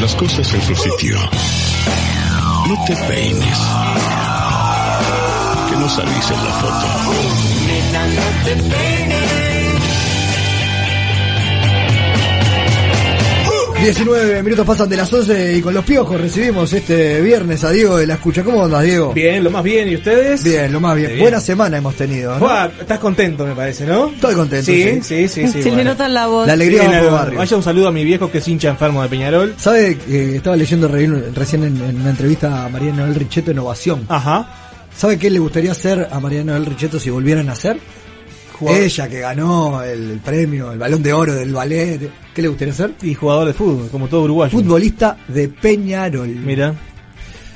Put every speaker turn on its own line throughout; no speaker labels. Las cosas en su sitio. No te peines. Que no salís en la foto.
no te peines.
19 minutos pasan de las 11 y con los piojos recibimos este viernes a Diego de la escucha. ¿Cómo andas, Diego?
Bien, lo más bien. ¿Y ustedes?
Bien, lo más bien.
Bien.
Buena semana hemos tenido. ¿no?
Juan, estás contento, me parece, ¿no?
Estoy contento.
Sí, sí, sí.
Se
sí,
le
bueno.
nota en la voz.
La alegría
Sí,
va
no,
por barrio.
Vaya un saludo a mi viejo que es hincha enfermo de Peñarol.
¿Sabe que estaba leyendo re- recién en, en una entrevista a Mariano El Richetto en Ovación?
Ah. Ajá.
¿Sabe qué le gustaría hacer a Mariano El Richetto si volvieran a hacer?
Jugador-
Ella que ganó el premio, el balón de oro del ballet. ¿Qué le gustaría hacer?
Y jugador de fútbol, como todo uruguayo.
Futbolista de Peñarol.
Mira.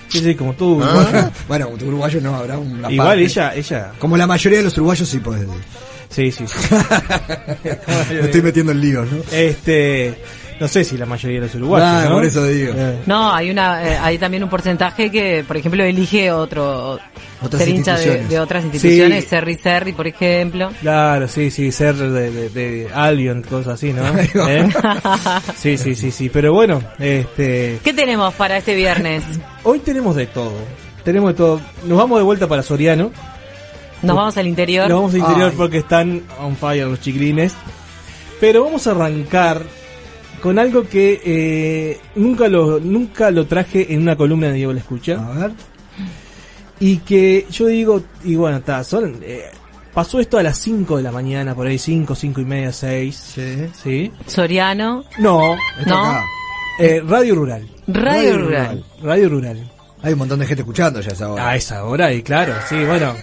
Sí, sí, como todo uruguayo.
bueno, como tu uruguayo no habrá una
Igual
Ah, parte.
ella, ella.
Como la mayoría de los uruguayos sí puede decir.
Sí, sí. sí.
Me estoy metiendo en líos, ¿no?
Este. No sé si la mayoría de los uruguayos.
Ah,
¿no?
por eso digo.
Eh,
No, hay una, eh, hay también un porcentaje que, por ejemplo, elige otro,
Otras
ser hincha de,
instituciones.
de otras instituciones,
Sí.
Serri Serri, por ejemplo.
Claro, sí, sí, ser de, de, de Albion, cosas así, ¿no?
va.
¿Eh? Sí, sí, sí, sí. Pero bueno, este.
¿Qué tenemos para este viernes?
Hoy tenemos de todo. Tenemos de todo. Nos vamos de vuelta para Soriano.
Nos vamos al interior.
Nos vamos al interior
Ay.
porque están on fire los chiquilines. Pero vamos a arrancar con algo que eh, nunca, lo, nunca lo traje en una columna de Diego la Escucha.
A ver.
Y que yo digo, y bueno, está, son, eh, pasó esto a las 5 de la mañana, por ahí 5, 5 y media, 6.
Sí.
¿Sí?
Soriano,
No,
Esto
No.
acá.
eh, Radio Rural.
Radio Rural.
Radio Rural.
Hay un montón de gente escuchando ya a esa hora.
A esa hora, y claro, sí, bueno.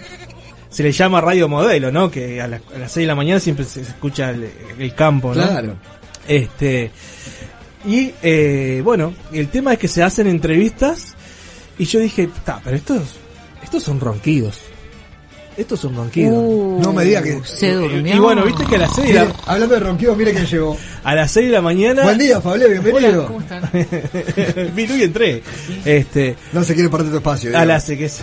Se le llama radio modelo, ¿no? Que a, las- a las 6 de la mañana siempre se se escucha el, el campo, ¿no?
claro.
Este. Y eh, bueno, el tema es que se hacen entrevistas. Y yo dije, ta, pero estos, estos son ronquidos. Estos son ronquidos.
Uh,
No me diga que-
Se
y,
durmió.
y bueno, viste que a las 6 de la,
Mire, hablando de ronquidos, mire quién llegó.
a las 6 de la mañana.
Buen día, Fabio, bienvenido.
Vino y entré. Este.
No se quiere perder tu espacio.
A
Diego.
las que es-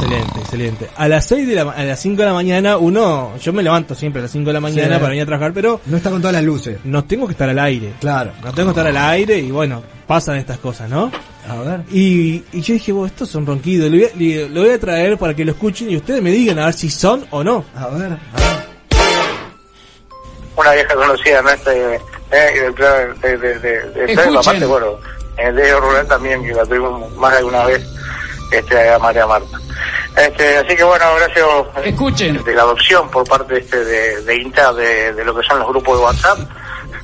excelente, excelente. A las 6 de la ma- a las 5 de la mañana uno, yo me levanto siempre a las 5 de la mañana
Sí.
para venir a trabajar, pero
No está con todas las luces.
no tengo que estar al aire.
Claro.
No tengo que estar al aire y bueno, pasan estas cosas, ¿no?
A ver.
Y, y yo dije, vos, estos son ronquidos, lo voy, a, le- lo voy a traer para que lo escuchen y ustedes me digan a ver si son o no.
A ver.
una vieja conocida nuestra eh, eh, y del plan de, de, de, de pueblo, aparte bueno en el dejo rural también que la tuvimos más de alguna vez este a María Marta este así que bueno gracias escuchen de la adopción por parte este de, de INTA de, de lo que son los grupos de WhatsApp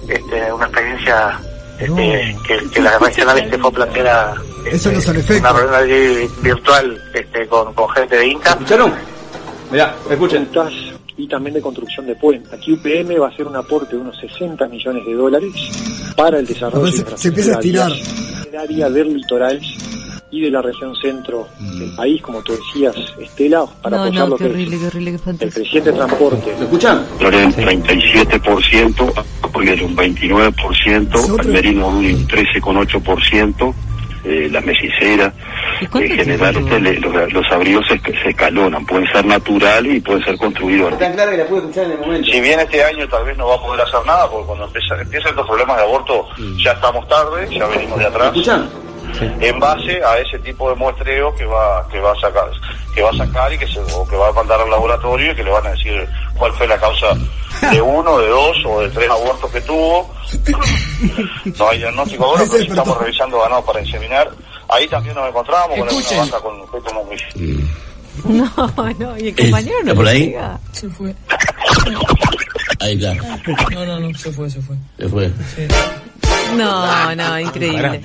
este una experiencia este, que, que la nacional este fue a plantear a-
Eso no son
una
efectos.
reunión allí virtual este, con, con gente de INTA
juntas y también de construcción de puentes. Aquí UPM va a hacer un aporte de unos 60 millones de dólares para el
A
desarrollo
ver, se- se empieza a estirar.
del área del litoral y de la región centro del país, como tú decías, Estela, para
No,
apoyar
no,
lo
qué
que es
horrible, qué horrible, qué
el
fantástico.
creciente transporte.
Florida un 37%, Apoyar un
Es
29%,
otro.
Almerino Duni un 13,8%, eh, la mesicera.
¿Y cuánto
En
tiempo
general,
lleva?
este, le- los, los abrigos se, se escalonan, pueden ser naturales y pueden ser construidos.
Si bien este año tal vez no va a poder hacer nada, porque cuando empieza- empiezan los problemas de aborto ya estamos tarde, ya venimos de atrás. En base a ese tipo de muestreo que va que va a sacar, que va a sacar y que se, o que va a mandar al laboratorio y que le van a decir cuál fue la causa de uno, de dos o de tres abortos que tuvo. No hay diagnóstico ahora,
Ahí se
pero sí
despertó.
estamos revisando ganado para inseminar. Ahí también nos encontramos con alguna banda con con como mis-
No, no, y el compañero no
por
me
ahí?
diga.
Se fue. Ahí está. No, no, no, se fue, se fue. Se fue.
No,
Ah,
no, increíble.
eh.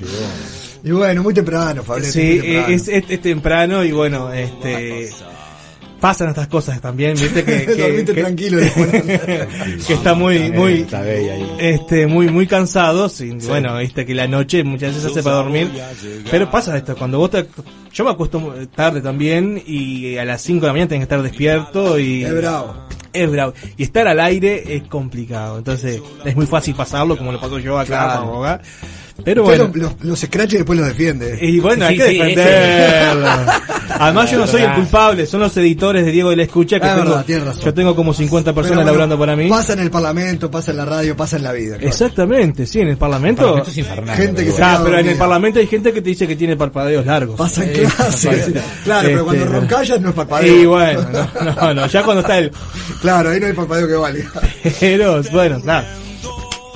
Y bueno, muy temprano, Fabio.
Sí, eh, es, es- es temprano y bueno, este pasan estas cosas también, viste que, que,
Dormiste
que-
tranquilo.
que está
Eh,
muy, muy, este, muy, muy cansado, sin-
Sí.
bueno, viste que la noche muchas veces se hace para dormir, pero pasa esto, cuando vos te, yo me acuesto tarde también y a las 5 de la mañana tenés que estar despierto y...
Es bravo.
Es bravo. Y estar al aire es complicado, entonces es muy fácil pasarlo como lo paso yo acá,
Claro.
para abogar. pero
Usted
bueno.
Los, los, los escraches después los defiende.
Y bueno, hay que defenderlo. Además, yo no soy el culpable, son los editores de Diego de la Escucha. Que
Ah, es
tengo-
verdad, tienes razón.
Yo tengo como 50 personas
Pero bueno,
laburando para mí.
Pasa en el Parlamento, pasa en la radio, pasa en la vida. claro.
Exactamente, sí, en el Parlamento.
El Parlamento es infernal, Gente que se
Ah,
queda
pero en el
dormida.
Parlamento hay gente que te dice que tiene parpadeos largos.
Pasa en
Eh,
clase. sí. Claro, pero cuando
este,
roncallas no es parpadeo.
Y bueno, no, no, no, ya cuando está el.
Claro, ahí no hay parpadeo que valga.
Pero, bueno, nada.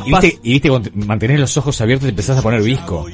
Y viste, y viste, cuando mantenés los ojos abiertos y empezás a poner visco.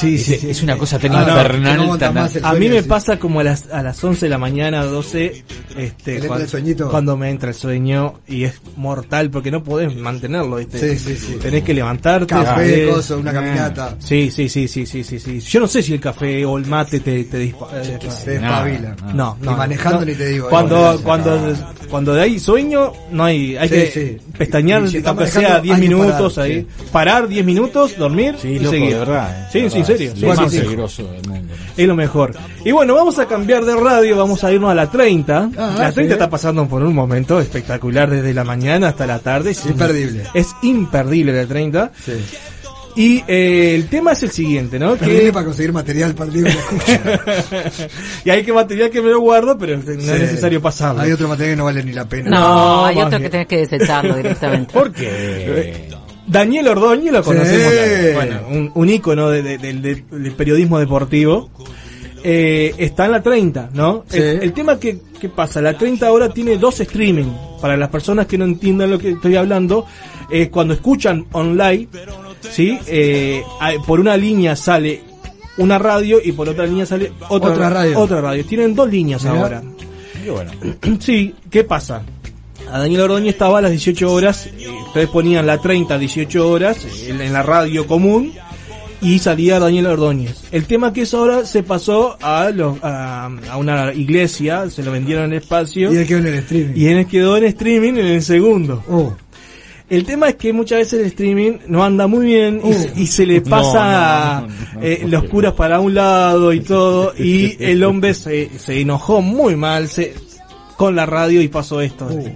Sí, sí,
Es una cosa tan
Ah, no,
infernal.
que no aguanta
tan-
más el a mí me pasa como a las, a las 11 de la mañana, 12, este,
entra
cuando,
el sueñito.
cuando me entra el sueño y es mortal porque no podés mantenerlo, ¿viste?
Sí, sí, sí.
Tenés que levantarte.
Café,
hacer-
coso, una caminata.
Sí, sí, sí, sí, sí, sí, sí. Yo no sé si el café o el mate te, te, dispa- eh,
Te despabila.
Ah.
No, no.
Ni manejando
no.
ni te digo. "Ah,
Cuando,
No,
cuando, cuando hay sueño, no hay, hay
Sí,
que
sí.
pestañear,
Y si estás
aunque sea
manejando,
10
hay que parar,
minutos ahí. Parar 10 minutos, dormir y
loco,
seguir.
de verdad, eh,
sí,
de
sí, en
verdad.
serio.
Lo
Sí,
más
sí, sí.
peligroso del mundo.
Es lo mejor. Y bueno, vamos a cambiar de radio, vamos a irnos a la 30.
Ah,
la
sí.
30 está pasando por un momento espectacular desde la mañana hasta la tarde. Es
Imperdible.
Es imperdible la 30.
Sí.
Y eh, el tema es el siguiente, ¿no?
Perdible para conseguir material para el libro que escucha.
y hay que material que me lo guardo, pero no
Sí.
es necesario pasarlo.
Hay otro material que no vale ni la pena.
No,
No,
hay
más
otro que
bien.
tenés que desecharlo directamente.
¿Por
Eh,
qué? Daniel Ordóñez lo conocemos,
Sí.
bueno, un, un ícono de- de- del- del- del periodismo deportivo. Eh, está en la 30, ¿no?
Sí.
El, el tema que, que pasa, la 30 ahora tiene dos streaming. Para las personas que no entiendan lo que estoy hablando, eh, cuando escuchan online, ¿sí? Eh, hay- por una línea sale una radio y por otra línea sale otra,
Otra radio.
Otra radio. Tienen dos líneas
Mirá.
ahora.
Y bueno,
Sí, ¿qué pasa? A Daniel Ordóñez estaba a las 18 horas, eh, ustedes ponían la 30, 18 horas eh, en, en la radio común y salía Daniel Ordóñez. El tema que es ahora se pasó a, los, a, a una iglesia, se lo vendieron en el espacio
Y él quedó en el streaming.
y él quedó en streaming en el segundo.
Oh,
El tema es que muchas veces el streaming no anda muy bien y, se- y se le
Uh. No,
pasa
no, no, no, no,
eh,
no,
los
no.
curas para un lado y todo y el hombre se, se enojó muy mal se- con la radio y pasó esto.
Uh.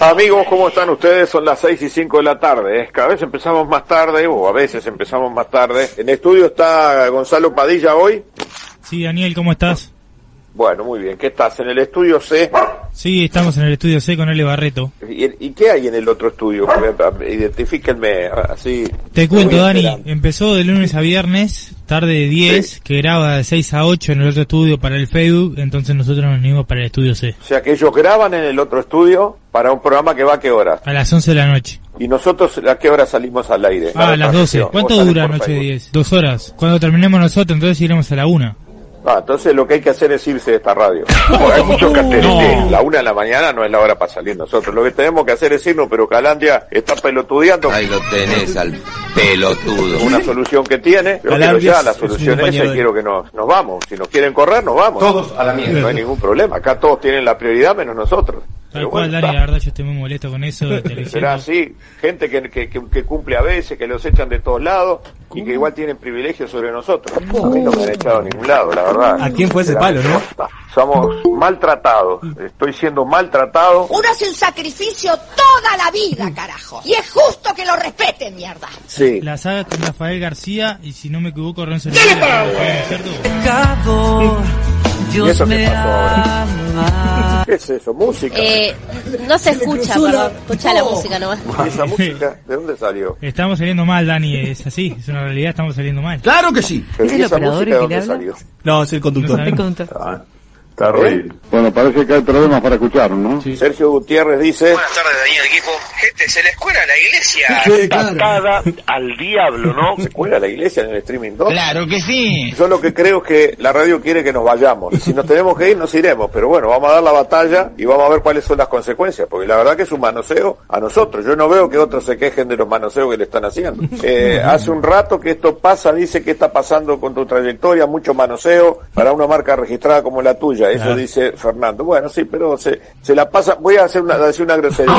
Amigos, ¿cómo están ustedes? Son las 6 y 5 de la tarde. ¿eh? Cada vez empezamos más tarde, o a veces empezamos más tarde. En estudio está Gonzalo Padilla hoy.
Sí, Daniel, ¿cómo estás?
Bueno, muy bien. ¿Qué estás? En el estudio C.
Sí, estamos en el estudio C con L. Barreto.
¿Y, y qué hay en el otro estudio? Identifíquenme así.
Te cuento,
Muy
Dani,
esperante.
empezó de lunes a viernes, tarde de 10, que graba de 6 a 8 en el otro estudio para el Facebook, entonces nosotros nos unimos para el estudio C.
O sea que ellos graban en el otro estudio para un programa que va a qué hora.
A las 11 de la noche.
¿Y nosotros a qué hora salimos al aire?
Ah, a las 12.
transmisión. Vos
¿Cuánto
salís
dura
por
noche de
Facebook.
10? Dos horas. Cuando terminemos nosotros, entonces iremos a la 1.
Ah, entonces lo que hay que hacer es irse de esta radio. Porque hay muchos carteles. de La una de la mañana no es la hora para salir nosotros. Lo que tenemos que hacer es irnos, pero Calandia está pelotudeando. Ahí lo tenés al pelotudo. Una solución que tiene. Yo quiero
Calandia
ya
es-
la
es un
solución esa
compañero
y
de-
quiero que nos, nos vamos. Si nos quieren correr, nos vamos. Todos a la
mierda.
No hay ningún problema. Acá todos tienen la prioridad menos nosotros.
Tal
Pero
cual,
bueno,
Dani, la verdad yo estoy muy molesto con eso. te lo dije.
Será así, gente que, que, que- que cumple a veces, que los echan de todos lados y que igual tienen privilegios sobre nosotros. A mí no me han echado a ningún lado, la verdad.
¿A quién fue ese palo, no?
Somos maltratados, estoy siendo maltratado.
Uno hace un sacrificio toda la vida, carajo. Y es justo que lo respeten, mierda.
Sí.
La saga con Rafael García y si no me equivoco, Renzo
¡Dale
Herrera,
para
¿no es cierto?
¿Y eso qué pasó ahora? ¿Qué es eso? ¿Música?
Eh, no se escucha, perdón. Escucha la música nomás.
¿Y esa música? ¿De dónde salió?
Estamos saliendo mal, Dani, es así, es una realidad, estamos saliendo mal.
¡Claro que sí!
¿Es el operador el que le habla?
salió? Ah.
No, es el conductor.
No, el
Terrible.
Bueno, parece que hay problemas para escucharnos, ¿no?
Sergio Gutiérrez dice...
Buenas tardes, Daniel, equipo. Gente, se les cuela a la iglesia.
Patada al diablo, ¿no? ¿Se cuela la iglesia en el streaming 2?
Claro que sí.
Yo lo que creo es que la radio quiere que nos vayamos. Y si nos tenemos que ir, nos iremos. Pero bueno, vamos a dar la batalla y vamos a ver cuáles son las consecuencias. Porque la verdad que es un manoseo a nosotros. Yo no veo que otros se quejen de los manoseos que le están haciendo. Eh, hace un rato que esto pasa, dice que está pasando con tu trayectoria, mucho manoseo para una marca registrada como la tuya. eso dice Fernando. Bueno, sí, pero se, se la pasa, voy a hacer una, a decir una grosería.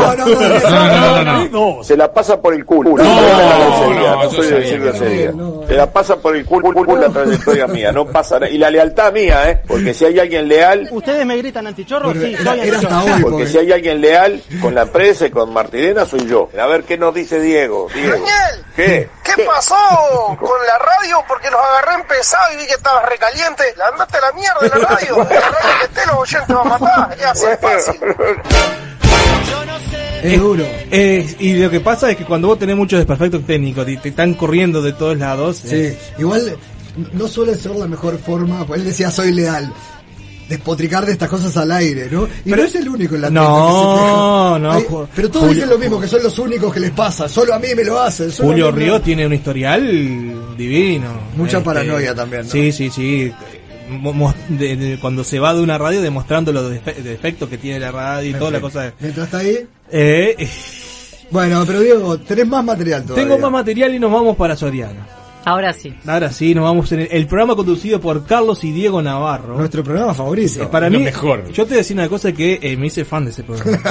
Se la pasa por el culo. No, grosería, no, soy de decir grosería. Se la pasa por el culo, culo, la trayectoria mía, no pasa nada. Y la lealtad mía, ¿eh? Porque si hay alguien leal,
¿Ustedes me gritan antichorro? Sí, soy antichorro.
porque si hay alguien leal con la empresa y con Martirena, soy yo. A ver qué nos dice Diego. Diego.
Daniel,
¿Qué?
¿qué pasó con la radio? Porque los agarré empezado y vi que estabas recaliente. La andate a la mierda de la radio. La radio que esté, los oyentes van a matar. Es así de fácil.
Es duro. Eh, y lo que pasa es que cuando vos tenés muchos desperfectos técnicos y te están corriendo de todos lados. eh,
Sí, igual no suele ser la mejor forma, pues él decía soy leal. Despotricar de estas cosas al aire, ¿no? Y no es el único en la
No,
tele que se queja.
no,
Ay,
Ju-
Pero todos
Julio-
dicen lo mismo, que son los únicos que les pasa. Solo a mí me lo hacen. solo a
Julio
mí me-
Río tiene un historial divino. Este,
Mucha paranoia también, ¿no?
Sí, sí, sí. Mo- mo- de- de- cuando se va de una radio demostrando los defe- defectos que tiene la radio y toda la cosa.
Mientras está ahí.
Eh,
Bueno, pero Diego, tenés más material todavía.
Tengo más material y nos vamos para Soriano.
Ahora sí.
Ahora sí, nos vamos en el, el programa conducido por Carlos y Diego Navarro. Eh,
Nuestro programa favorito.
para
Lo
mí,
mejor.
yo te decía una cosa que eh, me hice fan de ese programa.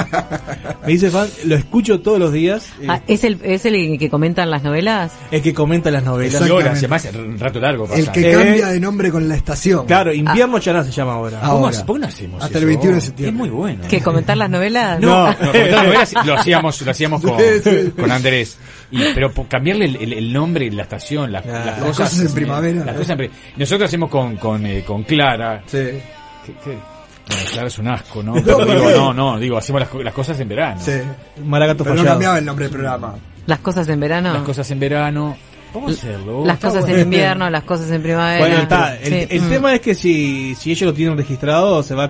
me hice fan, lo escucho todos los días. eh,
Ah, ¿es, el, ¿Es el que comentan las novelas?
el que comenta las novelas.
Exactamente. Horas, y
además un rato largo.
El que
Eh,
cambia de nombre con la estación.
Ah.
Claro, Invierno Chará se llama ahora.
Ahora. ¿Cómo hace- por qué no
hacemos
Hasta el 21 de septiembre.
Es muy bueno. ¿eh?
¿Que comentar las novelas?
No, no, como todas las novelas, lo hacíamos, lo hacíamos con, con Andrés. Y- pero po- cambiarle el, el- el nombre, la estación, las, las
las
cosas,
cosas en primavera.
las cosas en pri- Nosotros hacemos con, con, eh, con Clara. Que- que- bueno, Clara es un asco, ¿no? Pero digo, no, no, digo, hacemos las, co- las cosas en verano.
Sí.
Maragato
Pero no
fallado.
cambiaba el nombre del programa.
¿Las cosas en verano?
Las cosas en verano. ¿Cómo hacerlo?
Las cosas en invierno, las cosas en primavera.
Bueno, está. El,
Sí.
el
Mm.
tema es que si, si ellos lo tienen registrado, se va a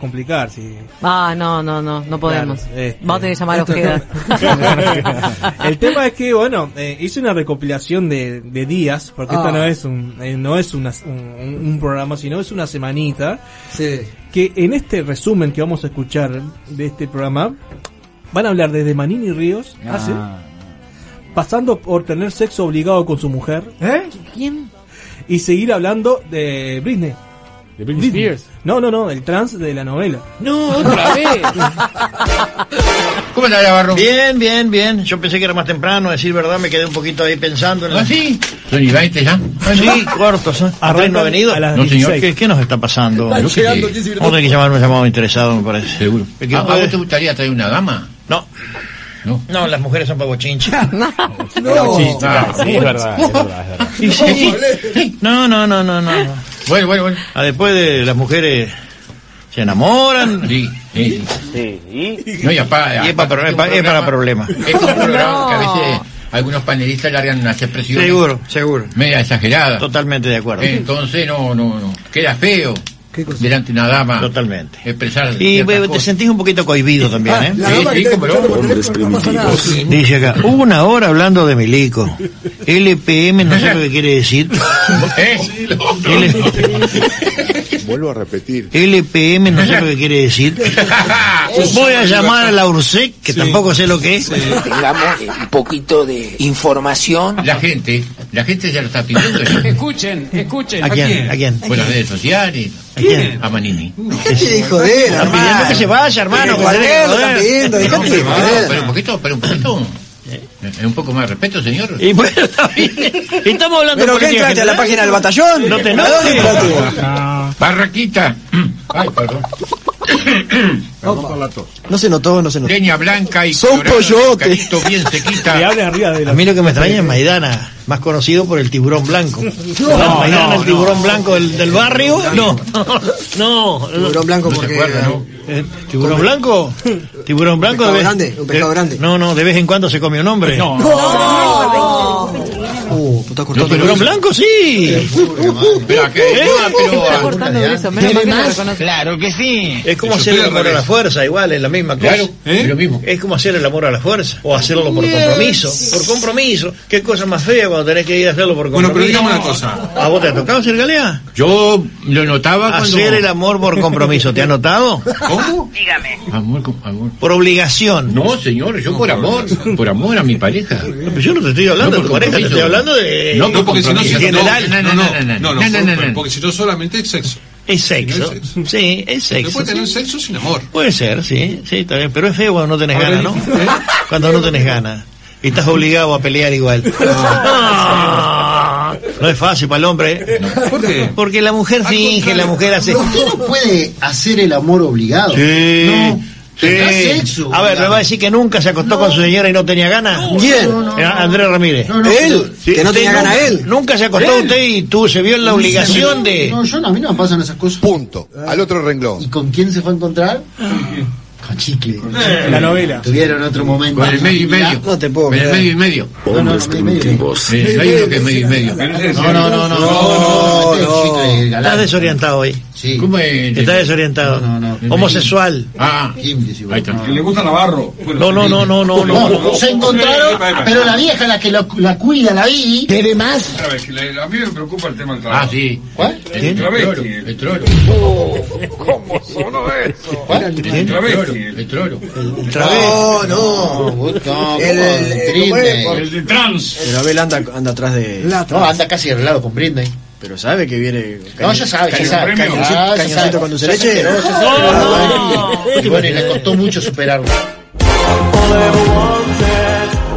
complicar. Si,
Ah, no, no, no, no podemos.
Claro, este.
Vamos a tener que llamar a Ojeda.
el tema es que, bueno, eh, hice una recopilación de, de días, porque
Ah.
esta no es, un, eh, no es una- un, un- un programa, sino es una semanita. Que en este resumen que vamos a escuchar de este programa, van a hablar desde Manini Ríos,
Ah, sí.
pasando por tener sexo obligado con su mujer.
¿Eh?
¿Quién?
Y seguir hablando de Britney.
¿De Britney Spears?
No, no, no, el trans de la novela.
No, otra vez.
¿Cómo andás, Navarro? Bien, bien, bien. Yo pensé que era más temprano, a decir verdad, me quedé un poquito ahí pensando. ¿Ah, sí?
¿Son y 20 ya?
Sí, cortos. ¿eh? ¿Andrés no ha venido?
No, señor,
¿Qué,
¿qué?
qué nos está pasando?
Están
Vamos
llegando, ¿quién se
a
vino?
tener que llamar un llamado interesado, me parece. Seguro.
¿A, Ah, a vos te gustaría traer una dama?
No.
No.
No, las mujeres son para bochinche. no.
Sí, claro, sí, es verdad, es verdad, es verdad.
Sí, sí. No, no, no, no, no. Bueno, bueno, bueno. después de las mujeres se enamoran. Sí, sí.
No, y apa-
Y es para, es para- es para problemas.
Es un programa que a
No.
veces algunos panelistas largan unas expresiones.
Seguro, seguro.
Media exagerada.
Totalmente de acuerdo.
Entonces, no, no, no. Queda feo. Delante de una dama. Totalmente. Expresar.
Y
ciertas
eh, te
cosas.
sentís un poquito cohibido también,
Ah,
¿eh?
la dama Sí, que sí, está cómo no. escuchando por Hombres teléfono, no pasa nada. primitivos.
Dice acá, hubo una hora hablando de Milico. LPM, no sé lo que quiere decir.
Vuelvo a repetir.
LPM, no sé lo que quiere decir. Voy a llamar a la URSEC, que tampoco sé lo que es.
Tengamos eh, un poquito de información.
La gente, la gente ya lo está pidiendo.
Escuchen, escuchen.
¿A quién?
¿A quién?
Por las redes sociales. ¿A
quién?
A Manini.
¿Qué te dijo de él, hermano? que se vaya, hermano. que se deje joder.
No, pero, pero un poquito, pero un poquito. Eh, Un poco más de respeto, señor.
Y bueno, está bien. Estamos hablando
¿Pero qué
política
entraste a la
general.
página del batallón?
No te
¿A dónde
enojes.
entraste? Barraquita. Ay, perdón. Perdón por la tos.
No se notó, no se notó.
Leña blanca y
Son
colorado,
pollote.
carito bien sequita.
A mí lo que me extraña es Maidana, más conocido por el tiburón blanco.
No, no,
Maidana,
no.
el tiburón blanco del, del barrio. No, no.
Tiburón blanco
No se
porque-
acuerda, ¿no? Eh, ¿Tiburón blanco? ¿Tiburón blanco?
pescado
de vez-
grande, un pescado
de- No, no, de vez en cuando se come un hombre. No.
No, pero-
¿Tiburón blanco? Sí.
Pero acá-
¿Eh?
Ah, pero-
Está cortando
¿Ya?
eso, menos
¿Tiene
mal que no
más?
lo conoce.
Claro que sí.
Es como
Eso
hacer el
fue al
amor a la
revés.
fuerza, igual, es la misma cosa.
Claro, ¿eh? lo mismo.
Es como hacer el amor a la fuerza, o hacerlo por
Bien.
compromiso. Por compromiso. Qué cosa más fea cuando tenés que ir a hacerlo por
Bueno,
compromiso.
pero digamos una cosa. Ah,
¿A vos te ha tocado hacer galea?
Yo lo notaba cuando...
Hacer el amor por compromiso, ¿te ha notado?
¿Cómo? Dígame. Amor, con- amor.
Por obligación.
No, señor, yo por amor, por amor a mi pareja.
pero yo no te estoy hablando de tu pareja, te estoy hablando de...
Eh,
No, por
En
compromiso.
general.
No, no, no, no, no, no, no, no, no, no,
no,
no, no, no,
porque si no solamente es sexo.
Es sexo. Sí, es
Se
sexo.
puede tener sexo sin amor.
Puede ser, sí, sí, está bien. Pero es feo cuando no tenés
Ahora
ganas, ¿no? ¿Eh? Cuando no tenés ganas. Y estás obligado a pelear igual.
Ah,
No, No es fácil para el hombre. ¿eh? Porque la mujer finge, la mujer hace.
¿Usted no puede hacer el amor obligado?
Sí.
No.
Sí.
Tendrá sexo,
a ver,
obligado.
¿me va a decir que nunca se acostó con su señora y no tenía ganas?
¿Quién?
Eh, Andrés Ramírez.
No, no, Él,
Sí,
que no
usted
tenía
nunca-
ganas él.
Nunca se acostó
Él.
usted y tú se vio en la obligación de...
No, yo no, a mí no me pasan esas cosas.
Punto. Al otro renglón.
¿Y con quién se fue a encontrar? Con Chicle.
Chicle. La novela.
Tuvieron otro momento.
Con el medio y medio.
No te puedo.
Con el
creer.
medio y
medio.
No, no, no, medio y medio.
Eh, hay uno que es medio y medio.
No, no, no, no. no, no, no. Estás desorientado hoy.
Sí.
Estás desorientado. Homosexual. Ah.
Que le gusta Navarro.
No, no, no, no, no, no.
No, se encontraron, pero la vieja la que la, la cuida, la vi. ¿Qué demás?
A, ver, que le- a mí me preocupa el tema del trabajo. Ah, sí.
¿Cuál?
El travesti. El trolo. ¿Cómo sonó eso? El travesti. El trolo. El
No, no. No,
El- el-
Britney.
el de trans.
Pero Abel anda, anda atrás de.
No, anda casi arreglado con Britney.
Pero sabe que viene.
No, ya sabe, ya sabe.
Cañoncito-
Ah, ya sabe, ya
cañoncito
sabe.
con dulce
Ya se
leche.
enteró, ya se enteró. Y bueno, y le costó mucho superarlo.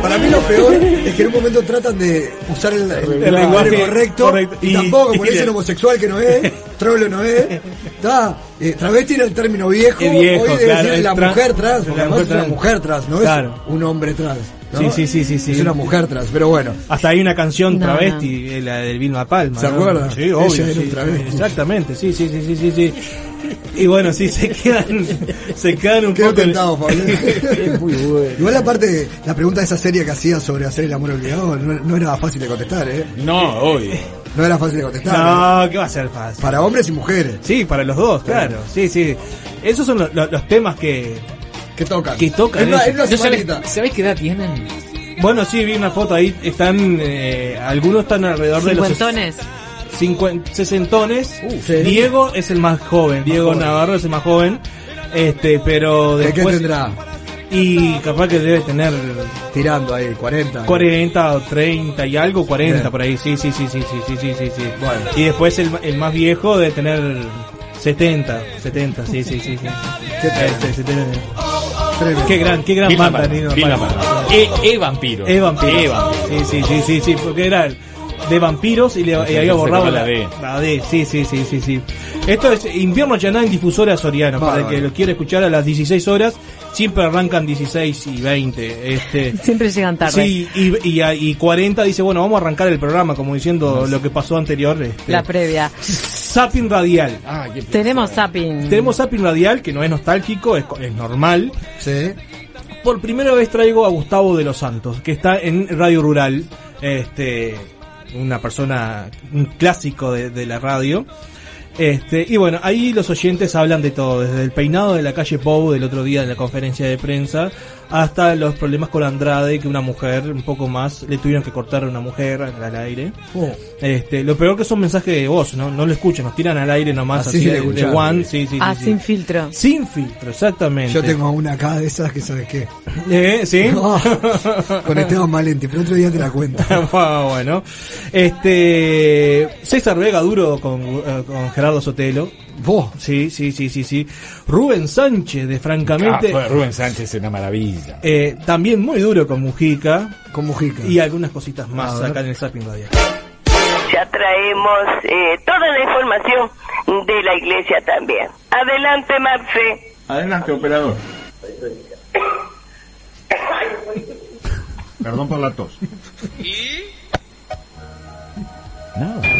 Para mí lo peor es que en un momento tratan de usar el, el- el lenguaje
lenguaje
correcto,
correcto.
y,
Y-
tampoco,
y
porque dicen
le-
homosexual que no es, trolo no es. Está, eh, travesti era el término viejo,
Es viejo,
hoy debe
claro,
decir
es
la
tra-
mujer trans, porque
la
además
mujer
es una
trans.
mujer trans, no
Claro.
es un hombre trans. ¿no?
Sí, sí, sí, sí, sí.
Es una mujer trans, pero bueno.
Hasta hay una canción
No,
travesti, eh, la del Vilma Palma.
¿Se
¿no?
acuerda?
Sí,
Ella
obvio.
era
sí,
un travesti.
sí, exactamente, sí, sí, sí, sí, sí, sí. Y bueno, sí, se quedan, se quedan un poco. en-
Igual la parte, la pregunta de esa serie que hacía sobre hacer el amor obligado no, no era fácil de contestar, ¿eh?
No, obvio.
No era fácil de contestar.
No, ¿qué va a ser fácil?
Para hombres y mujeres.
Sí, para los dos, claro. Sí, sí. Esos son lo- lo- los temas que.
Que tocan.
Que tocan.
Es una-
ellos.
es una No sabes- semanita.
¿Sabes qué edad tienen? Bueno, sí, vi una foto ahí. Están. eh, algunos están alrededor de los.
Cincuentones.
cincuen- sesentones.
sí.
Diego es el más joven. Diego
joven.
Navarro es el más joven. Este, pero
¿De qué
después.
tendrá?
Y capaz que debe tener.
Tirando ahí, 40.
40 o 30 y algo, 40
Bien.
por ahí, sí, sí, sí, sí, sí, sí, sí, sí, sí. Y después el, el más viejo debe tener 70, 70, sí, sí, sí, sí. Este, 70. Qué gran, qué gran
Vilma
banda,
Palma,
Nino
Vilma
Palma.
Palma. E, e vampiro.
Es vampiro.
E vampiro.
Sí, sí, sí, sí, sí, porque era de vampiros y le y había
Entonces,
borrado
con
la,
la D.
la D. Sí, sí, sí, sí, sí. Esto es Invierno Chaná en Difusora Soriano. Para el
Bárbaro.
que lo quiera escuchar a las 16 horas, siempre arrancan 16 y 20. Este,
Siempre llegan tarde.
Sí, y, y, y 40 dice, bueno, vamos a arrancar el programa, como diciendo lo que pasó anterior. este,
La previa.
Zapping Radial.
Tenemos zapping.
Tenemos Zapping Radial, que no es nostálgico, es, es normal. Por primera vez traigo a Gustavo de los Santos, que está en Radio Rural. Este, una persona, un clásico de, de la radio. Este, y bueno, ahí los oyentes hablan de todo, desde el peinado de la calle Pou del otro día de la conferencia de prensa, hasta los problemas con Andrade, que una mujer, un poco más, le tuvieron que cortar a una mujer al al aire.
Uh,
Este, lo peor que son mensajes de voz, ¿no? No lo escuchan, nos tiran al aire nomás,
Así
así,
se
de,
escucha.
de one, sí, sí,
ah,
sí, sí.
sin filtro.
Sin filtro, exactamente.
Yo tengo una acá de esas que sabes qué.
Eh, ¿Sí?
Con Esteban Valenti, pero otro día te la cuento.
Ah, bueno. Este. César Vega duro con, eh, con Gerardo Sotelo. ¿Vos? Sí, sí, sí, sí, sí. Rubén Sánchez, de francamente.
Ah, fue Rubén Sánchez es una maravilla.
eh, también muy duro con Mujica.
Con Mujica.
Y algunas cositas más
Ah. A ver.
acá en el Zapping Radial.
Ya traemos eh, toda la información de la iglesia también. Adelante, Marce.
Adelante, operador.
Perdón por la tos.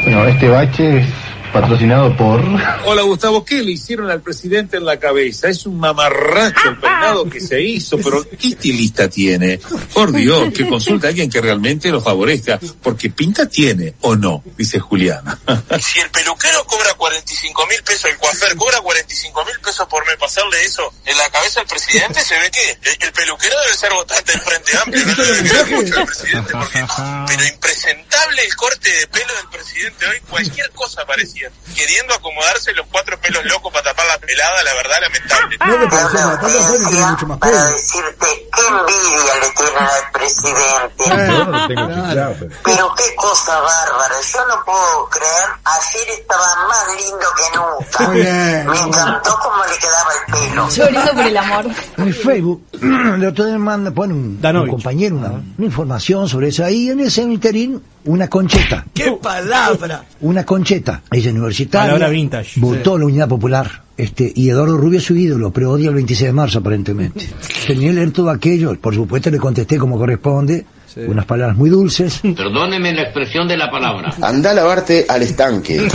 Bueno, este bache es patrocinado por...
Hola Gustavo, ¿qué le hicieron al presidente en la cabeza? Es un mamarracho el peinado que se hizo, pero ¿qué estilista tiene? Por Dios, que consulte a alguien que realmente lo favorezca, porque pinta tiene o no, dice Juliana.
Si el peluquero cobra 45 mil pesos, el coafer cobra 45 mil pesos por me pasarle eso en la cabeza al presidente, se ve que el, el peluquero debe ser votante del Frente Amplio, no le debe creer mucho al presidente, porque, pero impresentable el corte de pelo del presidente hoy, cualquier cosa parecía, queriendo acomodarse los cuatro pelos locos para tapar la pelada, la verdad lamentable.
No me pareció más, tanto fue que tiene mucho más pelo.
decirte qué envidia le tienen al presidente.
Yo no lo tengo fichado, pero-
Pero
qué cosa bárbara. Yo no puedo creer. Ayer estaba más lindo que nunca.
Muy bien.
Me encantó cómo le quedaba el pelo.
amor.
En el Facebook, el otro día manda, pone un, un compañero una, una información sobre eso. Ahí en ese interín, una concheta.
¡Qué palabra!
Una concheta. Ella es universitaria.
Palabra vintage.
Votó la Unidad Popular. Este, y Eduardo Rubio es su ídolo, pero odia el 26 de marzo aparentemente. Tenía que leer todo aquello. Por supuesto le contesté como corresponde. Unas palabras muy dulces.
Perdóneme la expresión de la palabra.
Anda a lavarte al estanque.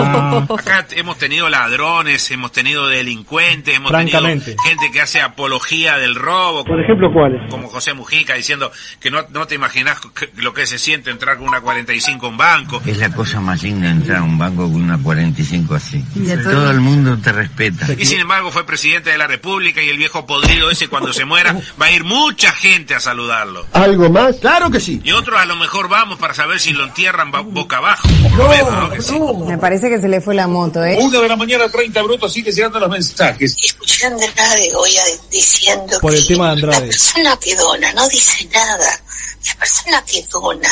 Acá hemos tenido ladrones, hemos tenido delincuentes, hemos tenido
Francamente.
gente que hace apología del robo.
Por ejemplo, ¿cuáles?
Como José Mujica diciendo que no, no te imaginas que- lo que se siente entrar con una 45 a un banco.
Es la cosa más linda entrar a un banco con una 45 así.
Ya todo-
Todo el mundo te respeta.
Y sin embargo fue presidente de la República y el viejo podrido ese cuando se muera va a ir mucha gente a saludarlo.
¿Algo más? Claro que sí.
Y otros a lo mejor vamos para saber si lo entierran ba- boca abajo.
Me parece que se le fue la moto, ¿eh?
Una de la mañana, 30 minutos, sigue llegando los mensajes.
Escuché a Andrade hoy a- diciendo
Por
que
el tema de Andrade.
la persona que dona no dice nada. La persona que dona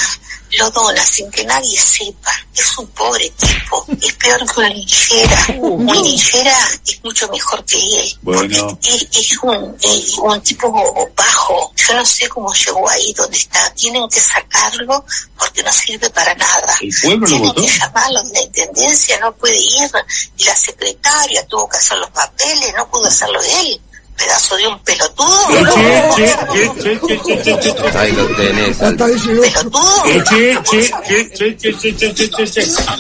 lo dona sin que nadie sepa. Es un pobre tipo. Es peor que una ligera. Una ligera es mucho mejor que él.
Bueno.
Es, es un, es un tipo bajo. Yo no sé cómo llegó ahí donde está. Tienen que sacarlo porque no sirve para nada.
El pueblo lo
Tienen
votó.
que llamarlo a la intendencia, no puede ir. Y la secretaria tuvo que hacer los papeles, no pudo hacerlo él. Pedazo de un pelotudo.
Ahí lo tenés.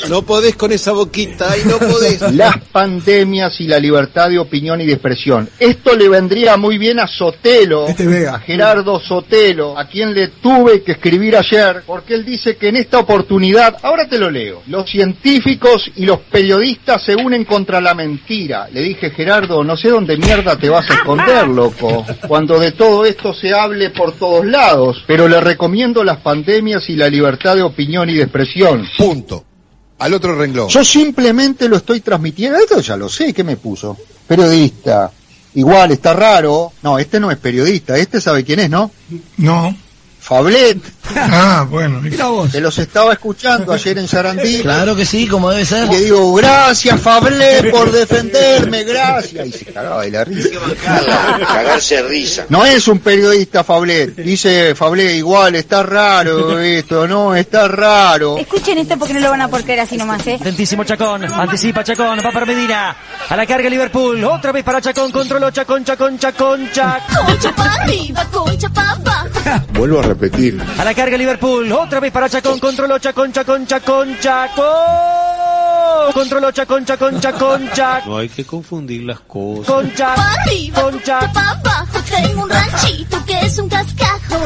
No podés con esa boquita, y no podés. Las pandemias y la libertad de opinión y de expresión. Esto le vendría muy bien a Sotelo,
este
a Gerardo Sotelo, a quien le tuve que escribir ayer, porque él dice que en esta oportunidad, ahora te lo leo, los científicos y los periodistas se unen contra la mentira. Le dije, Gerardo, no sé dónde mierda te vas a esconder, loco, cuando de todo esto se hable por todos lados, pero le recomiendo las pandemias y la libertad de opinión y de expresión. Punto.
Al otro renglón.
Yo simplemente lo estoy transmitiendo. Esto ya lo sé, ¿qué me puso? Periodista. Igual, está raro. No, este no es periodista. Este sabe quién es, ¿no? No. Fablet. Ah, bueno. Te los estaba escuchando ayer en Sarandí.
Claro
que sí, como debe ser. Le digo, gracias Fablet por defenderme, gracias. Y se cagaba de la risa.
Cagarse de risa.
No es un periodista Fablet. Dice Fablet, igual, está raro esto, ¿no? Está raro.
Escuchen esto porque no lo van a poder creer así nomás, ¿eh?
Lentísimo Chacón, anticipa Chacón, va para Medina, a la carga Liverpool, otra vez para Chacón, controló Chacón, Chacón, Chacón, Chacón.
Concha pa' arriba, concha pa' abajo.
Vuelvo a repetir.
A la carga Liverpool, otra vez para Chacón, controló Chacón, Chacón, Chacón, Chacón. Controló Chacón, Chacón, Chacón, Chacón.
No hay que confundir las cosas.
Concha.
Pa' arriba, concha pa' abajo. Tengo un ranchito que es un cascajo.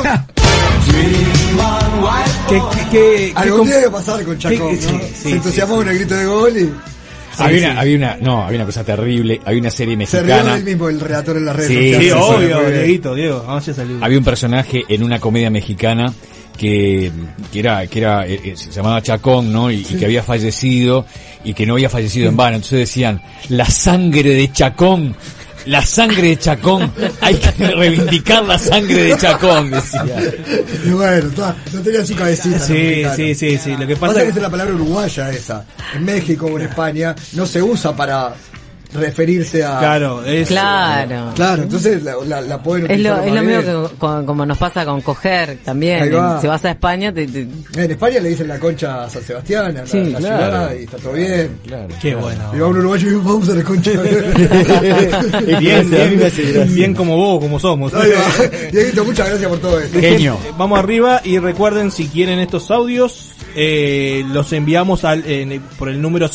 ¿Qué, qué, qué,
Algún
qué-
día debe pasar con Chacón,
qué-
¿no?
sí, sí,
Se entusiasma con el grito de gol y...
había, una, había una, no, había una cosa terrible, había una serie
Se rió
mexicana.
del mismo el relator en las redes
Sí,
sociales.
sí, obvio,
Muy bien.
Dieguito, Diego, vamos a salir.
Había un personaje en una comedia mexicana que, que era, que era, eh, eh, se llamaba Chacón, ¿no? Y, y que había fallecido, y que no había fallecido en vano. Entonces decían, la sangre de Chacón, la sangre de Chacón, hay que reivindicar la sangre de Chacón, decía.
Y bueno, ta, no tenía su cabecita.
Sí,
los mexicanos.
sí, sí, sí, lo que pasa
es que
que-
es la palabra uruguaya esa. En México o en España no se usa para referirse a...
Claro, es-
Claro.
Claro, entonces la, la, la pueden
Es lo,
utilizar
es lo
más
mismo
bien.
que con- como nos pasa con coger también.
Ahí va.
En- Si vas a España, te, te-
En España le dicen la concha a San Sebastián, a la-
Sí,
la,
claro.
ciudad, y está todo bien.
Claro,
Qué bueno.
Y va un uruguayo y dice, vamos a la concha.
bien, bien, bien, como vos, como somos.
Ahí va. Dieguito, muchas gracias por todo esto.
Genio. Vamos arriba y recuerden si quieren estos audios, eh, los enviamos al, en- por el número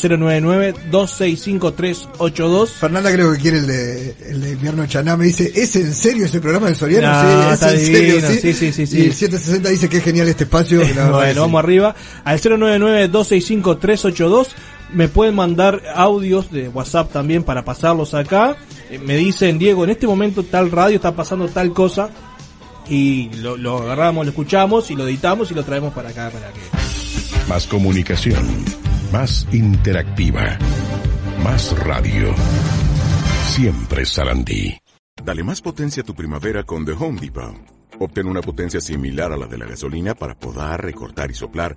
099-265382.
Fernanda creo que quiere el de, el de Invierno Chaná. Me dice, ¿es en serio ese programa del Soriano?
No,
sí, es
está
en serio,
divino,
sí.
sí, sí, sí, sí.
Y el 760 dice que es genial este espacio. que la verdad que sí.
bueno, vamos arriba. Al 099-265-382 me pueden mandar audios de WhatsApp también para pasarlos acá. Eh, Me dicen, Diego, en este momento tal radio está pasando tal cosa. Y lo, lo agarramos, lo escuchamos y lo editamos y lo traemos para acá. Para que...
Más comunicación. Más interactiva. Más radio. Siempre Sarandí.
Dale más potencia a tu primavera con The Home Depot.
Obtén una potencia similar a la de la gasolina para podar, recortar y soplar